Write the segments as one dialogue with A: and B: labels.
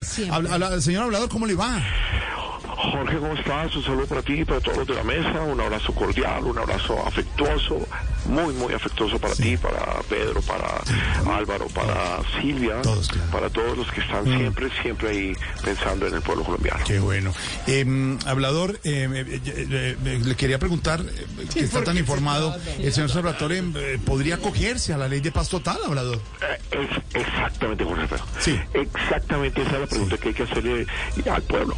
A: siempre.
B: Habla- habla- señor Hablador, ¿cómo le va?
C: Jorge, ¿cómo estás? Un saludo para ti y para todos los de la mesa. Un abrazo cordial, un abrazo afectuoso, muy, muy afectuoso para ti, para Pedro, para Álvaro, para Silvia,
B: Todos, claro. Mm.
C: para todos los que están siempre, siempre ahí pensando en el pueblo colombiano.
B: Qué bueno. Em, hablador, em, eh, eh, eh, le quería preguntar, eh, que está tan informado, el señor Salvatore eh, podría acogerse a la ley de paz total, Hablador.
C: Eh, Es exactamente, Jorge Alfredo.
B: Sí.
C: Exactamente esa es la pregunta que hay que hacerle al pueblo.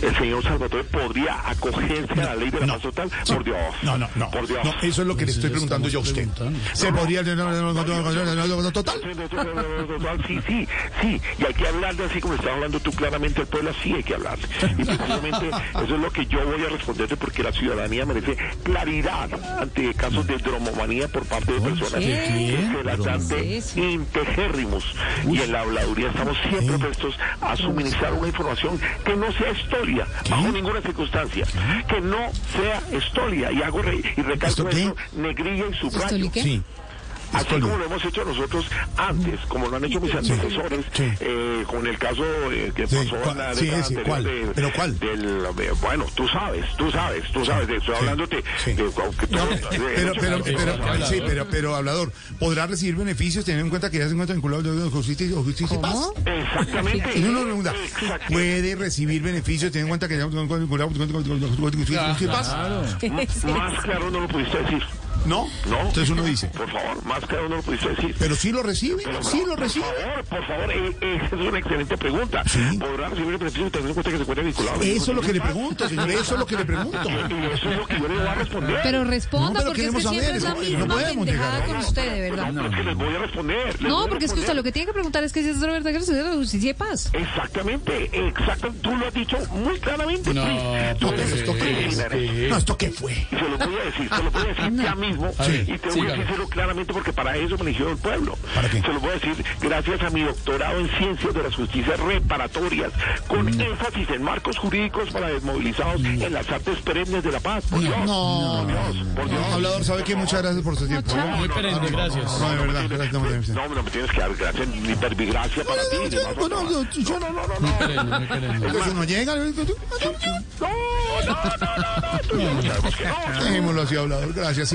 C: El señor Salvatore podría acogerse a la ley de la
B: no.
C: paz total, por Dios.
B: No, no, no.
C: Por Dios.
B: No, eso es lo que le estoy preguntando yo a usted. ¿Se podría total?
C: Sí, sí, sí. Y hay que hablarle así como estás hablando tú claramente al pueblo, así hay que hablarle. Y precisamente eso es lo que yo voy a responderte porque la ciudadanía merece claridad ante casos de dromomanía por parte de personas que se la dan de
A: es eso?
C: integérrimos. Y en la habladuría estamos siempre prestos a suministrar una información que no sea historia, bajo ninguna circunstancia. Que no sea historia. Y hago re- y
B: ¿Esto
C: recalco
B: qué?
C: eso, negrilla y subrayo.
A: ¿Estoli qué?
B: Sí.
C: Así
B: Estoy-
C: como lo hemos hecho nosotros antes, como lo han hecho mis antecesores,
B: Sí.
C: eh, con el caso eh, que
B: Sí,
C: pasó en la
B: ¿cuál? Sí, ese,
C: década anterior
B: ¿cuál?
C: de-
B: ¿Pero cuál?
C: del- eh, bueno, tú sabes, tú sabes, tú sabes, estoy hablándote
B: sí.
C: de que tú-
B: No,
C: de-
B: pero, pero, pero, sí, pero, pero, hablador, ¿podrá recibir beneficios teniendo en cuenta que ya se encuentra vinculado a justicia o justicia y paz?
A: ¿Cómo?
C: Exactamente.
B: No, eh, no, no, no.
C: Exacto.
B: ¿Puede recibir beneficios teniendo en cuenta que ya se encuentra vinculado a justicia y paz?
C: Más claro no lo pudiste decir,
B: No,
C: ¿no?
B: entonces uno dice,
C: Por favor, más claro no lo pudiste decir.
B: pero sí lo recibe, sí lo recibe.
C: Por favor, por favor, eh, esa es una excelente pregunta.
B: Sí.
C: ¿Podrá recibir beneficios teniendo en cuenta que se encuentra vinculado?
B: Eso es lo que le pregunto, señor, eso es lo que le pregunto.
C: Y eso es lo que yo le voy a responder.
A: Pero
B: No,
A: responda,
B: pero
A: porque es que
B: queremos
A: siempre
B: saber,
A: es la
B: no-
A: misma
B: no podemos
A: pendejada
B: llegar.
A: con usted, de verdad.
C: No, pero es que les voy a responder. les voy
A: No,
C: a
A: porque es que usted
C: responder.
A: lo que tiene que preguntar es que si es Roberta García de la Justicia y Paz.
C: Exactamente, exactamente. Tú lo has dicho muy claramente.
D: No,
C: Pris. Tú
B: No, pero
C: eres
B: esto qué es.
C: criminal.
B: No, esto qué fue.
C: Y se lo voy a decir, se lo voy a decir ya mismo.
D: A ver,
C: y te voy a
D: sígame.
C: decirlo claramente porque para eso me eligió el pueblo.
B: ¿Para qué?
C: Se lo voy a decir gracias a mi doctorado en ciencias de las justicias reparatorias, con énfasis en marcos jurídicos para desmovilizados en las artes perennes de la paz. Por Dios,
B: No.
C: por Dios, por Dios.
B: No, hablador, ¿sabe qué? Muchas gracias por su tiempo. ¿eh?
A: chao.
D: Muy perenne, gracias.
B: No, de verdad, gracias. no, de verdad.
C: No, no me tienes que dar gracias, ni verbigracia para ti.
B: No, no,
C: ni
B: yo-
C: más
B: no, no,
C: otra.
B: yo-
C: no, no, no,
D: Muy
C: no.
D: perenne, muy perenne.
B: Eso no llega.
C: No, no, no, no, no, tú y yo sabemos que no.
B: Dejémoslo así, hablador. Gracias.